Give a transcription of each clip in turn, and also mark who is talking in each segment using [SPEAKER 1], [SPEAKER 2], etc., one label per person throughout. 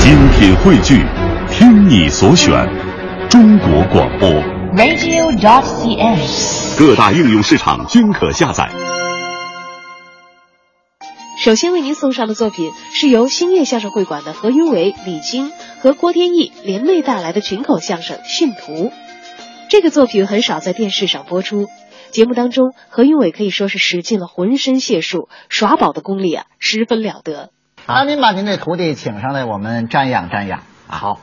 [SPEAKER 1] 精品汇聚，听你所选，中国广播。
[SPEAKER 2] radio.cn。
[SPEAKER 1] 各大应用市场均可下载。
[SPEAKER 3] 首先为您送上的作品是由新月相声会馆的何云伟、李菁和郭天意联袂带来的群口相声《训徒》。这个作品很少在电视上播出。节目当中，何云伟可以说是使尽了浑身解数，耍宝的功力啊，十分了得。
[SPEAKER 4] 那您把您这徒弟请上来，我们瞻仰瞻仰。
[SPEAKER 5] 好，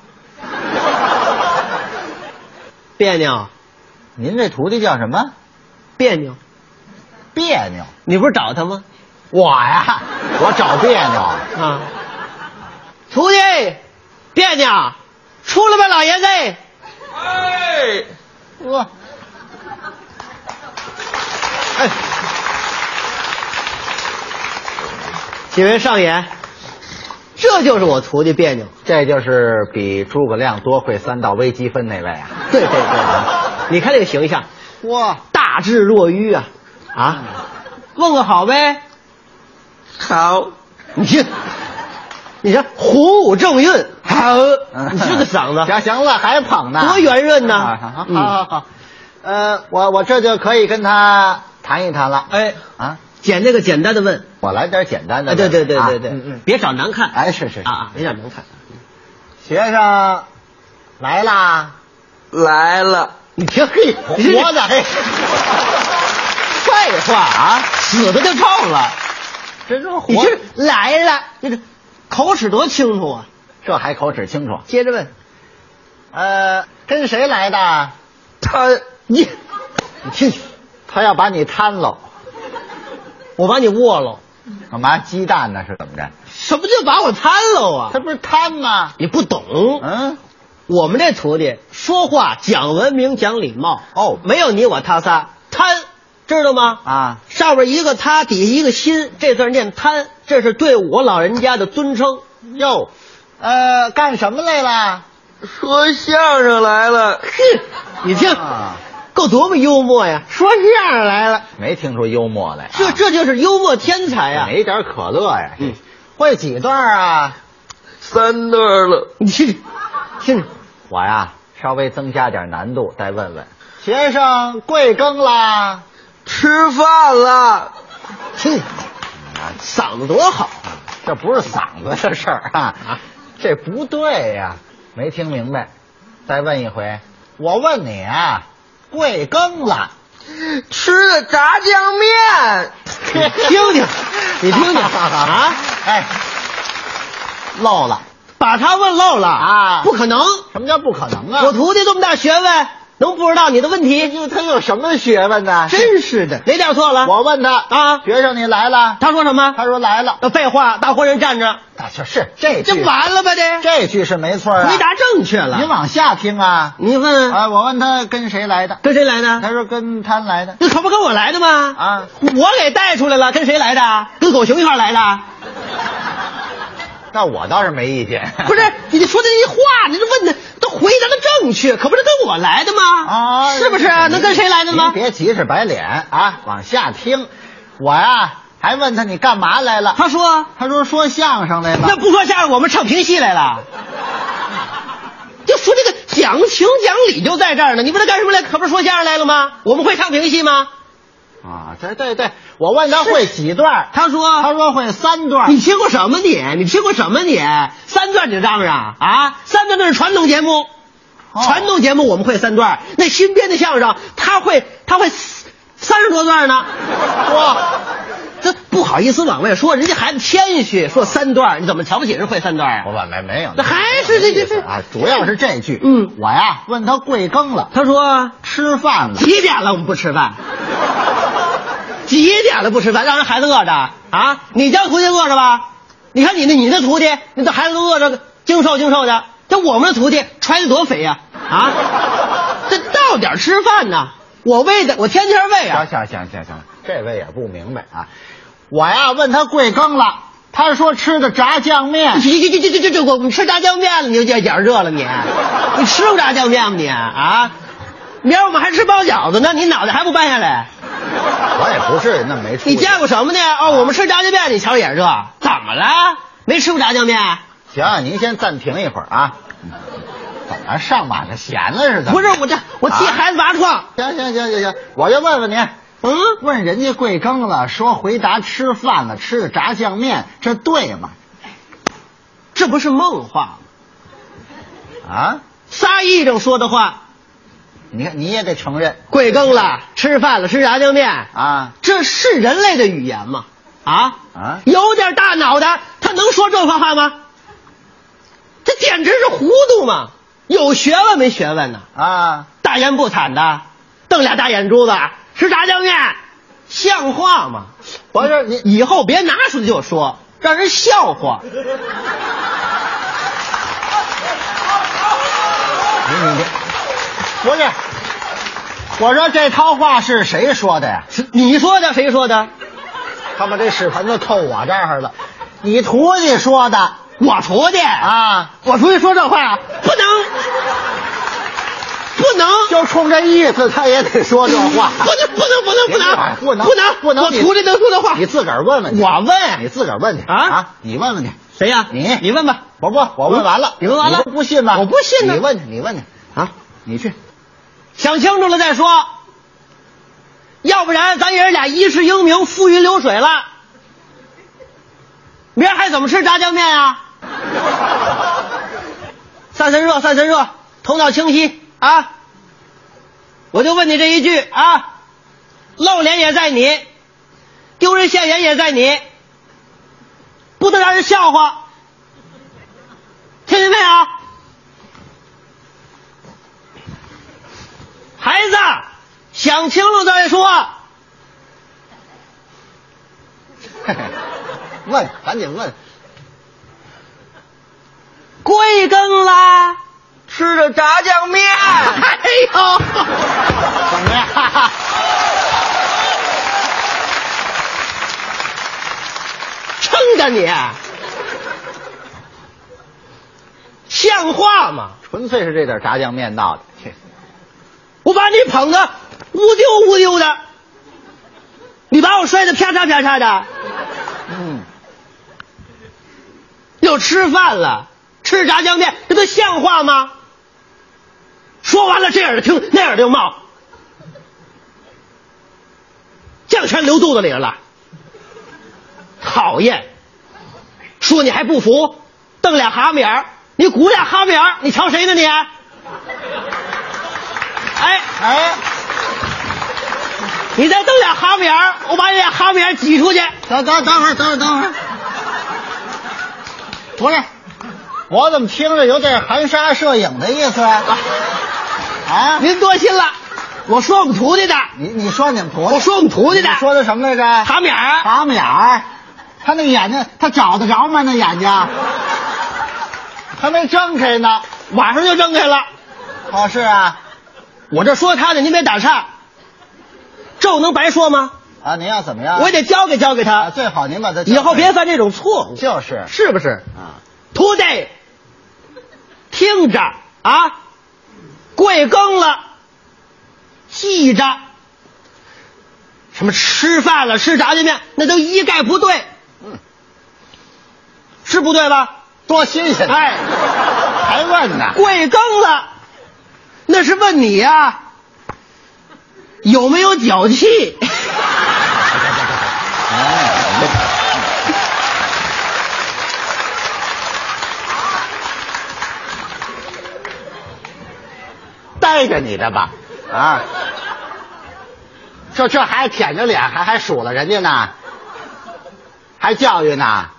[SPEAKER 5] 别扭，
[SPEAKER 4] 您这徒弟叫什么？
[SPEAKER 5] 别扭，
[SPEAKER 4] 别扭。
[SPEAKER 5] 你不是找他吗？
[SPEAKER 4] 我呀， 我找别扭。
[SPEAKER 5] 啊，徒弟，别扭，出来吧，老爷子！
[SPEAKER 6] 哎，
[SPEAKER 4] 我，
[SPEAKER 5] 哎，几位上演，这就是我徒弟别扭。
[SPEAKER 4] 这就是比诸葛亮多会三道微积分那位啊。
[SPEAKER 5] 对对对，你看这个形象，
[SPEAKER 4] 哇，嗯
[SPEAKER 5] 大智若愚啊啊！问个好呗，
[SPEAKER 6] 好，
[SPEAKER 5] 你这，你这洪武正韵，好， 你这个嗓子
[SPEAKER 4] 嗯行行了，还捧呢，
[SPEAKER 5] 多圆润呢
[SPEAKER 4] 啊好好
[SPEAKER 5] 嗯
[SPEAKER 4] 好好好，呃，我我这就可以跟他谈一谈了。
[SPEAKER 5] 哎
[SPEAKER 4] 啊，
[SPEAKER 5] 简这个简单的问，
[SPEAKER 4] 我来点简单的
[SPEAKER 5] 哎，
[SPEAKER 4] 问
[SPEAKER 5] 对
[SPEAKER 4] 题啊。
[SPEAKER 5] 对对对
[SPEAKER 4] 嗯
[SPEAKER 5] 对
[SPEAKER 4] 嗯，
[SPEAKER 5] 别找难看，
[SPEAKER 4] 哎是是是
[SPEAKER 5] 啊啊，别找难看，
[SPEAKER 4] 学生来啦，
[SPEAKER 6] 来了，
[SPEAKER 5] 你听，嘿，
[SPEAKER 4] 活的嘿。
[SPEAKER 5] 废话啊，死的就臭了，
[SPEAKER 4] 这这活
[SPEAKER 5] 你这来了，你这口齿多清楚啊！
[SPEAKER 4] 这还口齿清楚。
[SPEAKER 5] 接着问，
[SPEAKER 4] 呃，跟谁来的？
[SPEAKER 6] 他
[SPEAKER 5] 你，你听，
[SPEAKER 4] 他要把你摊喽，
[SPEAKER 5] 我把你握了，
[SPEAKER 4] 干嘛鸡蛋呢？是怎么着？
[SPEAKER 5] 什么叫把我摊喽啊
[SPEAKER 4] 他？不是摊吗？
[SPEAKER 5] 你不懂，
[SPEAKER 4] 嗯，
[SPEAKER 5] 我们这徒弟说话讲文明、讲礼貌
[SPEAKER 4] 哦
[SPEAKER 5] 没有你我他仨贪，知道吗？
[SPEAKER 4] 啊
[SPEAKER 5] 上面一个他，底下一个心，这字儿念贪，这是对我老人家的尊称。
[SPEAKER 4] 哟，呃，干什么来了？
[SPEAKER 6] 说相声来了，
[SPEAKER 5] 哼，你听
[SPEAKER 4] 啊，
[SPEAKER 5] 够多么幽默呀！说相声来了，
[SPEAKER 4] 没听出幽默来啊，
[SPEAKER 5] 这这就是幽默天才啊呀！
[SPEAKER 4] 没点可乐呀？
[SPEAKER 5] 嗯
[SPEAKER 4] 会几段啊？
[SPEAKER 6] 三对儿了，
[SPEAKER 5] 你听听，听着，
[SPEAKER 4] 我呀，稍微增加点难度，再问问学生贵庚啦？
[SPEAKER 6] 吃饭了，
[SPEAKER 5] 听听，嗓子多好啊！
[SPEAKER 4] 这不是嗓子的事儿啊
[SPEAKER 5] 啊，
[SPEAKER 4] 这不对呀、没听明白，再问一回。我问你啊，贵庚了？
[SPEAKER 6] 吃的炸酱面，
[SPEAKER 5] 你听听， 你听听啊！
[SPEAKER 4] 哎，漏了。
[SPEAKER 5] 把他问漏了
[SPEAKER 4] 啊
[SPEAKER 5] 不可能！
[SPEAKER 4] 什么叫不可能啊？
[SPEAKER 5] 我徒弟这么大学问，能不知道你的问题？
[SPEAKER 4] 又他有什么学问呢？
[SPEAKER 5] 真是的，哪点错了？
[SPEAKER 4] 我问他
[SPEAKER 5] 啊
[SPEAKER 4] 学生你来了？
[SPEAKER 5] 他说什么？
[SPEAKER 4] 他说来了。
[SPEAKER 5] 呃废话，大活人站着，
[SPEAKER 4] 啊，就是这句
[SPEAKER 5] 这不完了吧？这
[SPEAKER 4] 这句是没错啊。
[SPEAKER 5] 回答正确了。
[SPEAKER 4] 您往下听啊。
[SPEAKER 5] 你问
[SPEAKER 4] 啊，我问他跟谁来的？
[SPEAKER 5] 跟谁来的？
[SPEAKER 4] 他说跟他来的。
[SPEAKER 5] 那可不跟我来的吗？
[SPEAKER 4] 啊，
[SPEAKER 5] 我给带出来了，跟谁来的？跟狗熊一块儿 来的？
[SPEAKER 4] 那我倒是没意见。
[SPEAKER 5] 不是，你这说的这话，你这问的都回答的正确，可不是跟我来的吗？
[SPEAKER 4] 啊，
[SPEAKER 5] 是不是？
[SPEAKER 4] 您
[SPEAKER 5] 能跟谁来的吗
[SPEAKER 4] 您？别急着白脸啊，往下听。我呀，还问他你干嘛来了？
[SPEAKER 5] 他说
[SPEAKER 4] 他说说相声来了。
[SPEAKER 5] 那不说相声，我们唱评戏来了。就说这个讲情讲理就在这儿呢，你问他干什么来？可不是说相声来了吗？我们会唱评戏吗？
[SPEAKER 4] 啊，对对对，我问他会几段，
[SPEAKER 5] 他说，
[SPEAKER 4] 他说会三段。
[SPEAKER 5] 你听过什么你？你听过什么你？三段你就嚷嚷啊！三段那是传统节目，
[SPEAKER 4] 哦
[SPEAKER 5] 传统节目我们会三段，那新编的相声他会他会四三十多 段呢。哇，这不好意思往外说，人家孩子谦虚，说三段，你怎么瞧不起人会三段啊
[SPEAKER 4] 我？问没没有，
[SPEAKER 5] 那还是这这这
[SPEAKER 4] 啊，主要是这句。
[SPEAKER 5] 嗯
[SPEAKER 4] 我呀问他贵庚了，
[SPEAKER 5] 他说
[SPEAKER 4] 吃饭了。
[SPEAKER 5] 几点了我们不吃饭？几点了不吃饭，让人孩子饿着啊？你家徒弟饿着吧？你看你那你那徒弟，那这孩子都饿着，精瘦精瘦的。这我们的徒弟揣的多肥呀、啊！这到点儿吃饭呢，我喂的，我天天喂
[SPEAKER 4] 行
[SPEAKER 5] 啊。
[SPEAKER 4] 行行行行，这位也不明白啊。我呀问他贵庚了，他说吃的炸酱面。
[SPEAKER 5] 这这这这这这这，我们吃炸酱面了，你就眼眼热了你？你吃过炸酱面吗你啊？明儿我们还吃包饺子呢，你脑袋还不掰下来？
[SPEAKER 4] 我也不是那没出息。啊
[SPEAKER 5] 你见过什么呢？哦，我们吃炸酱面，你瞧着眼热，怎么了？没吃过炸酱面？
[SPEAKER 4] 行，您先暂停一会儿啊。怎么上马就闲了是怎么着？
[SPEAKER 5] 不是我这我替孩子拔创，
[SPEAKER 4] 行行行行行，我就问问您，
[SPEAKER 5] 嗯，
[SPEAKER 4] 问人家贵庚了，说回答吃饭了，吃的炸酱面，这对吗？
[SPEAKER 5] 这不是梦话吗？
[SPEAKER 4] 啊，
[SPEAKER 5] 仨议长说的话，
[SPEAKER 4] 你看你也得承认
[SPEAKER 5] 贵庚了，吃饭了，吃炸酱面，
[SPEAKER 4] 啊，
[SPEAKER 5] 这是人类的语言吗？啊
[SPEAKER 4] 啊
[SPEAKER 5] 有点大脑的他能说这番话吗？这简直是糊涂嘛！有学问没学问呢？
[SPEAKER 4] 啊，
[SPEAKER 5] 大言不惭的，瞪俩大眼珠子，吃炸酱面，像话吗？
[SPEAKER 4] 不是你
[SPEAKER 5] 以后别拿出去就说，让人 笑话。
[SPEAKER 4] 你你这不是，我说这套话是谁说的呀？
[SPEAKER 5] 是你说的，谁说的？
[SPEAKER 4] 他把这屎盆子扣我这儿了，你徒弟说的
[SPEAKER 5] 我徒弟啊，
[SPEAKER 4] 啊，
[SPEAKER 5] 我徒弟说这话不能，不能，
[SPEAKER 4] 就冲这意思他也得说这话。
[SPEAKER 5] 不能，不能，不能，
[SPEAKER 4] 不
[SPEAKER 5] 不能，
[SPEAKER 4] 能
[SPEAKER 5] 不能，
[SPEAKER 4] 不能
[SPEAKER 5] 我
[SPEAKER 4] 你
[SPEAKER 5] 徒弟能说这话，
[SPEAKER 4] 你自个儿问问去，
[SPEAKER 5] 我
[SPEAKER 4] 你
[SPEAKER 5] 问
[SPEAKER 4] 自个儿问去
[SPEAKER 5] 啊
[SPEAKER 4] 你问问去。
[SPEAKER 5] 谁呀？
[SPEAKER 4] 你
[SPEAKER 5] 你问吧。
[SPEAKER 4] 我不，我问完了，
[SPEAKER 5] 你问完了
[SPEAKER 4] 你不信吗？
[SPEAKER 5] 我不信呢
[SPEAKER 4] 你问去，你问去，
[SPEAKER 5] 啊，
[SPEAKER 4] 你去。
[SPEAKER 5] 想清楚了再说，要不然咱爷儿俩一世英名，付云流水了，明儿还怎么吃炸酱面呀、 散散热，散散热，头脑清晰啊！我就问你这一句啊，露脸也在你，丢人现眼也在你，不能让人笑话，听见没有？孩子，想清楚再说。
[SPEAKER 4] 问，赶紧问。
[SPEAKER 5] 贵庚啦？
[SPEAKER 6] 吃的炸酱面。
[SPEAKER 5] 哎呦，
[SPEAKER 4] 怎么样？
[SPEAKER 5] 撑着你，啊像话吗？
[SPEAKER 4] 纯粹是这点炸酱面闹的。
[SPEAKER 5] 我把你捧得乌丢乌丢的，你把我摔得啪嚓啪嚓的。
[SPEAKER 4] 嗯，
[SPEAKER 5] 又吃饭了，吃炸酱面，这都像话吗？说完了，这耳朵听，那耳朵就冒，酱全流肚子里了。讨厌！说你还不服，瞪俩哈米儿，你鼓俩哈米儿，你瞧谁呢你？哎，
[SPEAKER 4] 哎，
[SPEAKER 5] 你再瞪俩哈米儿，我把你俩哈米儿挤出去。
[SPEAKER 4] 等等等会儿，等会儿，等会儿。不是，我怎么听着有点含沙射影的意思啊？啊，
[SPEAKER 5] 您多心了，我说我们徒弟的，
[SPEAKER 4] 你你说你们徒弟，
[SPEAKER 5] 我说我们徒弟的
[SPEAKER 4] 你说的什么来着？
[SPEAKER 5] 哈米儿。
[SPEAKER 4] 蛤蟆眼儿，他那眼睛，他找得着吗？那眼睛还没睁开呢。
[SPEAKER 5] 晚上就睁开了。
[SPEAKER 4] 哦，是啊，
[SPEAKER 5] 我这说他呢，您别打岔，这我能白说吗？
[SPEAKER 4] 啊，您要怎么样？
[SPEAKER 5] 我也得交给交给
[SPEAKER 4] 啊，
[SPEAKER 5] 他，
[SPEAKER 4] 最好您把他
[SPEAKER 5] 以后别犯这种错误，
[SPEAKER 4] 就是
[SPEAKER 5] 是不是？
[SPEAKER 4] 啊，
[SPEAKER 5] 徒弟，听着啊，贵庚了，记着，什么吃饭了，吃炸酱面，那都一概不对，
[SPEAKER 4] 嗯
[SPEAKER 5] 是不对吧？
[SPEAKER 4] 多新鲜！
[SPEAKER 5] 哎，
[SPEAKER 4] 还问呢？
[SPEAKER 5] 贵庚了，那是问你呀、有没有 脚气？
[SPEAKER 4] 哎，带着你的吧，啊，这这还舔着脸，还还数了人家呢，还教育呢，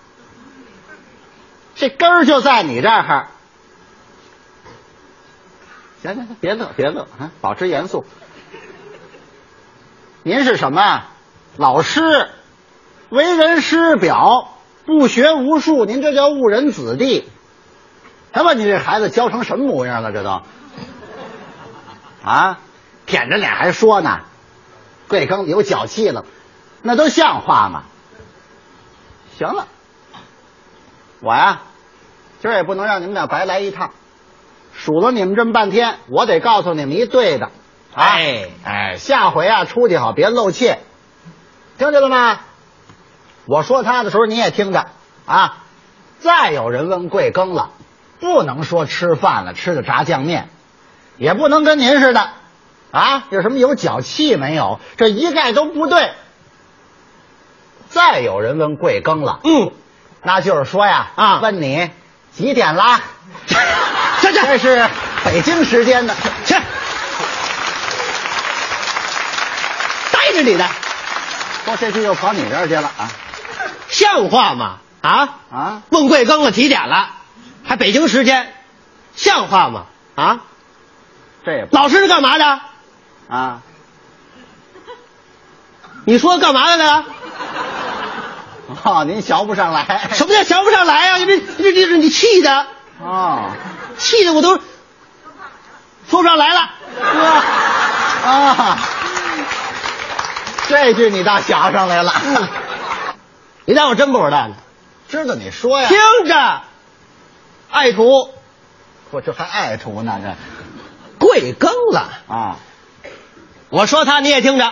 [SPEAKER 4] 这根儿就在你这儿。行行行，别乐别乐啊，保持严肃。您是什么啊老师？为人师表，不学无术，您这叫误人子弟。他把你这孩子教成什么模样了？这都啊，舔着脸还说呢，贵庚有脚气了，那都像话吗？行了，我呀，今儿也不能让你们俩白来一趟，数了你们这么半天，我得告诉你们一对的。啊、
[SPEAKER 5] 哎
[SPEAKER 4] 哎，下回啊出去好别露怯，听见了吗？我说他的时候你也听着啊，再有人问贵庚了，不能说吃饭了，吃的炸酱面，也不能跟您似的，啊，有什么有脚气没有？这一概都不对。再有人问贵庚了，
[SPEAKER 5] 嗯，
[SPEAKER 4] 那就是说呀，
[SPEAKER 5] 啊
[SPEAKER 4] 问你几点啦？
[SPEAKER 5] 这这
[SPEAKER 4] 这是北京时间的，
[SPEAKER 5] 去，带着你的，
[SPEAKER 4] 说这句又跑你这儿去了啊
[SPEAKER 5] 像话吗？啊
[SPEAKER 4] 啊！
[SPEAKER 5] 问贵庚了，几点了？还北京时间，像话吗？啊，
[SPEAKER 4] 这也不
[SPEAKER 5] 老师是干嘛的？
[SPEAKER 4] 啊，
[SPEAKER 5] 你说干嘛的呢？
[SPEAKER 4] 哦，您瞧不上来
[SPEAKER 5] 什么叫瞧不上来呀、啊？你这这这这你气的，
[SPEAKER 4] 哦，
[SPEAKER 5] 气的我都说不上来了。
[SPEAKER 4] 啊， 这句你倒想上来了，
[SPEAKER 5] 嗯你当我真不知道呢？
[SPEAKER 4] 知道你说呀，
[SPEAKER 5] 听着，爱徒
[SPEAKER 4] 我这还爱徒呢这
[SPEAKER 5] 贵庚了，
[SPEAKER 4] 啊
[SPEAKER 5] 我说他你也听着。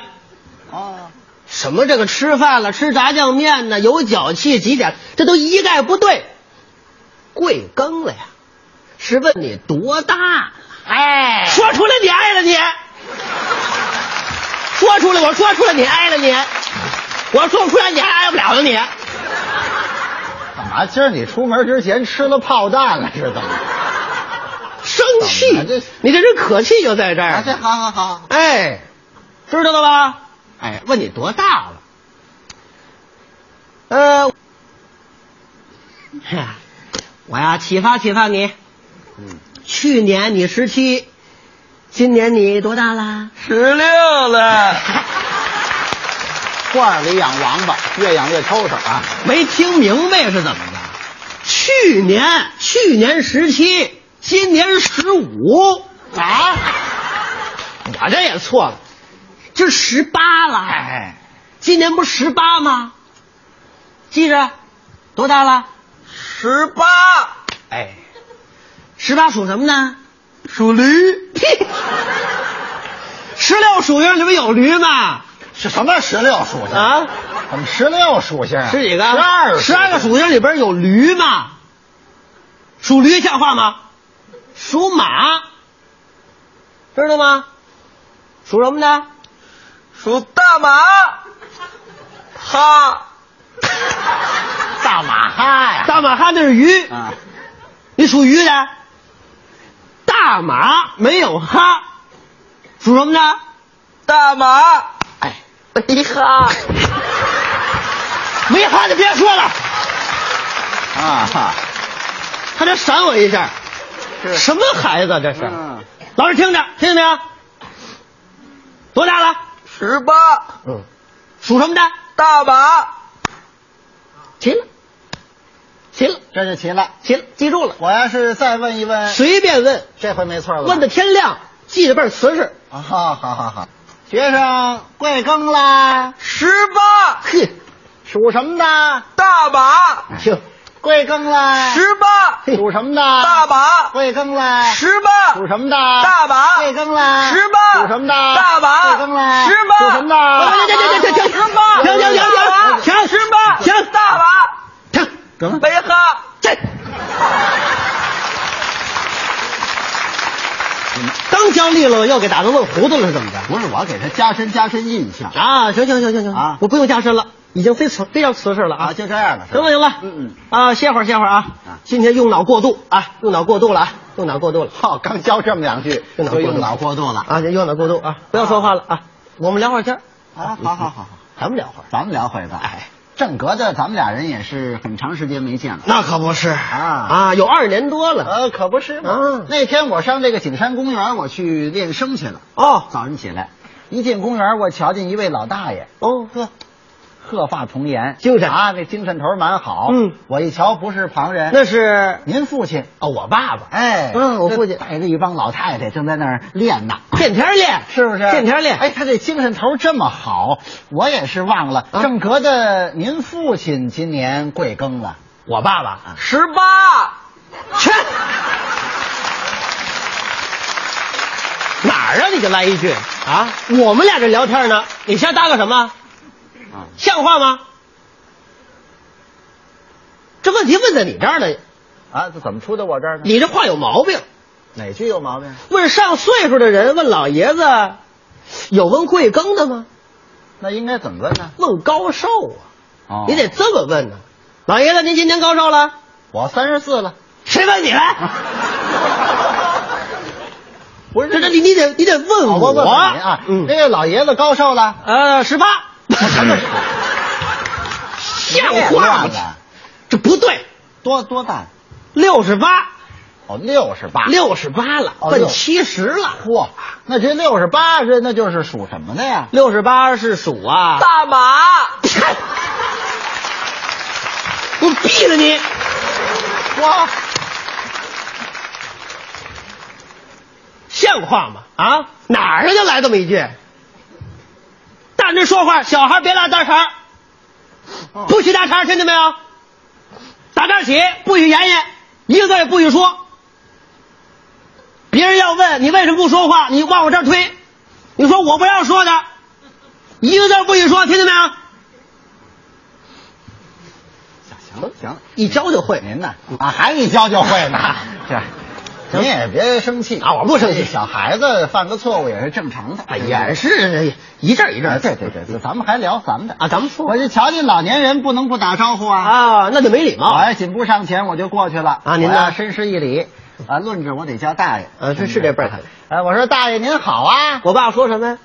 [SPEAKER 4] 啊，
[SPEAKER 5] 什么这个吃饭了，吃炸酱面呢，有脚气几点，这都一概不对。贵庚了呀？是问你多大？
[SPEAKER 4] 哎，
[SPEAKER 5] 说出来你挨了你，说出来我说出来你挨了你，我说不出来你还挨不了了你。
[SPEAKER 4] 干嘛？今儿你出门之前吃了炮弹了是怎么着？
[SPEAKER 5] 生
[SPEAKER 4] 怎
[SPEAKER 5] 气
[SPEAKER 4] 么了哎这，
[SPEAKER 5] 你这人可气就在这
[SPEAKER 4] 啊，这
[SPEAKER 5] 儿。
[SPEAKER 4] 好好好，
[SPEAKER 5] 哎，知道了吧？
[SPEAKER 4] 哎，
[SPEAKER 5] 问你多大了？呃，嘿我呀，启发启发你。
[SPEAKER 4] 嗯，
[SPEAKER 5] 去年你十七，今年你多大啦？
[SPEAKER 6] 十六了，
[SPEAKER 4] 罐儿里养王八，越养越抽抽啊，
[SPEAKER 5] 没听明白是怎么的？去年去年十七，今年十五啊！我这也错了，这十八了。
[SPEAKER 4] 哎，
[SPEAKER 5] 今年不十八吗？记着，多大了？
[SPEAKER 6] 十八，
[SPEAKER 4] 哎，
[SPEAKER 5] 十八属什么呢？属驴。屁！十六属羊里边有驴吗？
[SPEAKER 4] 是什么十六属性
[SPEAKER 5] 啊？
[SPEAKER 4] 怎么十六属性啊？
[SPEAKER 5] 十几个？
[SPEAKER 4] 十二，
[SPEAKER 5] 十二个属性里边有驴吗？属驴像话吗？属马，知道吗？属什么的？
[SPEAKER 6] 属大马，哈，
[SPEAKER 4] 大马哈哎呀，
[SPEAKER 5] 大马哈那是鱼，
[SPEAKER 4] 啊，
[SPEAKER 5] 你属鱼的。大马没有哈，属什么的？
[SPEAKER 6] 大马，
[SPEAKER 5] 哎，
[SPEAKER 6] 没哈，
[SPEAKER 5] 没哈就别说了，
[SPEAKER 4] 啊哈，
[SPEAKER 5] 他这闪我一下，
[SPEAKER 4] 是
[SPEAKER 5] 什么孩子这是？
[SPEAKER 4] 嗯
[SPEAKER 5] 老师听着，听见没有？多大了？
[SPEAKER 6] 十八，
[SPEAKER 5] 嗯，属什么的？
[SPEAKER 6] 大马，
[SPEAKER 5] 齐了，齐了，
[SPEAKER 4] 这就齐了。
[SPEAKER 5] 齐了，记住了，
[SPEAKER 4] 我要是再问一问，
[SPEAKER 5] 呃随便问，
[SPEAKER 4] 这回没错了吧。
[SPEAKER 5] 问的天亮，记得倍儿瓷实。
[SPEAKER 4] 啊，好好好好，学生贵庚啦？
[SPEAKER 6] 十八，
[SPEAKER 5] 嘿，
[SPEAKER 4] 属什么的？
[SPEAKER 6] 大马，
[SPEAKER 5] 听，
[SPEAKER 4] 哎贵庚
[SPEAKER 5] 哎
[SPEAKER 4] 啦？
[SPEAKER 6] 十八，
[SPEAKER 4] 属什么的？
[SPEAKER 6] 大马，
[SPEAKER 4] 贵庚啦？
[SPEAKER 6] 十八，
[SPEAKER 4] 属什么的？
[SPEAKER 6] 大马
[SPEAKER 4] 贵庚啦？
[SPEAKER 6] 十八
[SPEAKER 4] 属什么的？
[SPEAKER 6] 大马
[SPEAKER 4] 贵庚啦？
[SPEAKER 6] 十八
[SPEAKER 4] 属什么的？
[SPEAKER 5] 停停停停停
[SPEAKER 6] 十八，
[SPEAKER 5] 停停停
[SPEAKER 6] 大马
[SPEAKER 5] 停停
[SPEAKER 6] 十八，
[SPEAKER 5] 停
[SPEAKER 6] 大马，
[SPEAKER 5] 听，怎么？
[SPEAKER 6] 没哈，
[SPEAKER 5] 这，刚教利落又给打成问糊涂了，是怎么着？
[SPEAKER 4] 不是我给他加深加深印象
[SPEAKER 5] 啊，行行行行行
[SPEAKER 4] 啊
[SPEAKER 5] 我不用加深了，已经非常非常瓷实了
[SPEAKER 4] 啊，
[SPEAKER 5] 啊。
[SPEAKER 4] 就这样了。是吧
[SPEAKER 5] 行了行了，
[SPEAKER 4] 嗯嗯，
[SPEAKER 5] 啊，歇会儿歇会儿啊
[SPEAKER 4] 啊，
[SPEAKER 5] 今天用脑过度啊，用脑过度了啊，用脑过度了
[SPEAKER 4] 好，刚教这么两句，
[SPEAKER 5] 用脑
[SPEAKER 4] 就
[SPEAKER 5] 过度
[SPEAKER 4] 用脑过度了
[SPEAKER 5] 啊，用脑过度啊，不要说话了啊，我们聊会儿天儿，
[SPEAKER 4] 啊！好好好好，
[SPEAKER 5] 咱们聊会儿。
[SPEAKER 4] 咱们聊会吧。哎，正格的，咱们俩人也是很长时间没见了。
[SPEAKER 5] 那可不是
[SPEAKER 4] 啊
[SPEAKER 5] 啊，有二年多了
[SPEAKER 4] 呃，可不是嘛。
[SPEAKER 5] 嗯
[SPEAKER 4] 那天我上这个景山公园，我去练声去了。
[SPEAKER 5] 哦
[SPEAKER 4] 早晨起来，一进公园，我瞧见一位老大爷，
[SPEAKER 5] 哦呵，
[SPEAKER 4] 鹤发童颜，
[SPEAKER 5] 精神
[SPEAKER 4] 啊，那精神头儿蛮好。
[SPEAKER 5] 嗯，
[SPEAKER 4] 我一瞧不是旁人，
[SPEAKER 5] 那是
[SPEAKER 4] 您父亲。
[SPEAKER 5] 哦我爸爸
[SPEAKER 4] 哎，
[SPEAKER 5] 嗯我父亲
[SPEAKER 4] 带着一帮老太太正在那儿练呢。
[SPEAKER 5] 天天练
[SPEAKER 4] 是不是？
[SPEAKER 5] 啊天天练
[SPEAKER 4] 哎，他这精神头儿这么好，我也是忘了。
[SPEAKER 5] 啊
[SPEAKER 4] 正格的，您父亲今年贵庚了？啊
[SPEAKER 5] 我爸爸
[SPEAKER 6] 十 八，
[SPEAKER 5] 去。哪儿啊？你就来一句啊！我们俩这聊天呢，你
[SPEAKER 4] 啊
[SPEAKER 5] 瞎搭个什么？像话吗？这问题问到你这儿来，
[SPEAKER 4] 啊，这怎么出到我这儿呢？
[SPEAKER 5] 你这话有毛病。
[SPEAKER 4] 哪句有毛病？
[SPEAKER 5] 问上岁数的人，问老爷子，有问贵庚的吗？
[SPEAKER 4] 那应该怎么问呢？
[SPEAKER 5] 问高寿啊，
[SPEAKER 4] 哦
[SPEAKER 5] 你得这么问呢、老爷子，您今年高寿了？
[SPEAKER 4] 我三十四了，
[SPEAKER 5] 谁问 你来？
[SPEAKER 4] 不是
[SPEAKER 5] 这这你你得你得问
[SPEAKER 4] 我
[SPEAKER 5] 嗯我
[SPEAKER 4] 问问您啊，
[SPEAKER 5] 嗯
[SPEAKER 4] 那，个老爷子高寿 了？
[SPEAKER 5] 呃，十八，
[SPEAKER 4] 什么时候？
[SPEAKER 5] 像
[SPEAKER 4] 你这也
[SPEAKER 5] 话
[SPEAKER 4] 乱
[SPEAKER 5] 吗
[SPEAKER 4] 了？
[SPEAKER 5] 这不对，
[SPEAKER 4] 多多大？
[SPEAKER 5] 六十八，
[SPEAKER 4] 哦，六十八。
[SPEAKER 5] 六十八了，
[SPEAKER 4] 哦
[SPEAKER 5] 奔
[SPEAKER 4] 六
[SPEAKER 5] 七十了。
[SPEAKER 4] 嚯，那这六十八这那就是属什么的呀？
[SPEAKER 5] 六十八是属啊，
[SPEAKER 6] 大马，
[SPEAKER 5] 我毙了你！
[SPEAKER 4] 哇，
[SPEAKER 5] 像话吗？啊，哪儿就来这么一句？大人说话，小孩别拉大茬儿，
[SPEAKER 4] 哦
[SPEAKER 5] 不许搭茬儿，听见没有？打这儿起，不许言言，一个字也不许说。别人要问你为什么不说话，你往我这儿推，你说我不要说的，一个字儿不许说，听见没有？
[SPEAKER 4] 行了行了，
[SPEAKER 5] 一教就会。
[SPEAKER 4] 您呢？啊，还一教就 会呢。这，您也别生气
[SPEAKER 5] 啊我不生气
[SPEAKER 4] 小孩子犯个错误哦也是正常的。
[SPEAKER 5] 哎，也是一阵儿一阵儿嗯
[SPEAKER 4] 哎，对对对，咱们还聊咱们的
[SPEAKER 5] 啊咱们说
[SPEAKER 4] 我就瞧见老年人不能不打招呼啊。
[SPEAKER 5] 啊，那就没礼貌。
[SPEAKER 4] 我要紧步上前，我就过去了
[SPEAKER 5] 啊您呢
[SPEAKER 4] 我要深施一礼啊，论着我得叫大爷
[SPEAKER 5] 啊是是这辈儿的
[SPEAKER 4] 啊，我说大爷您好啊，
[SPEAKER 5] 我爸说什么呀？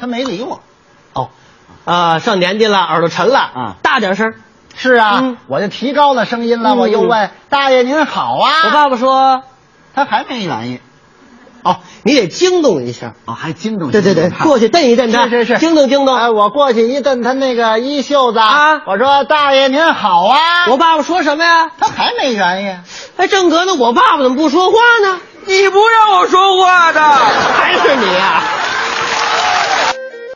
[SPEAKER 4] 他没理我。
[SPEAKER 5] 哦，啊，上年纪了，耳朵沉了，
[SPEAKER 4] 啊
[SPEAKER 5] 大点声儿。
[SPEAKER 4] 是啊，
[SPEAKER 5] 嗯
[SPEAKER 4] 我就提高了声音了，
[SPEAKER 5] 嗯
[SPEAKER 4] 我又问大爷您好啊，
[SPEAKER 5] 我爸爸说，
[SPEAKER 4] 他还没满意，
[SPEAKER 5] 哦，你得惊动一下。
[SPEAKER 4] 哦，还惊动
[SPEAKER 5] 对对对，过
[SPEAKER 4] 去
[SPEAKER 5] 去瞪一瞪他，
[SPEAKER 4] 是是是，
[SPEAKER 5] 惊动惊动。
[SPEAKER 4] 哎，我过去一瞪他那个衣袖子
[SPEAKER 5] 啊
[SPEAKER 4] 我说大爷您好啊，
[SPEAKER 5] 我爸爸说什么呀？
[SPEAKER 4] 他还没原因，
[SPEAKER 5] 哎，正格呢，我爸爸怎么不说话呢？
[SPEAKER 6] 你不让我说话
[SPEAKER 4] 啊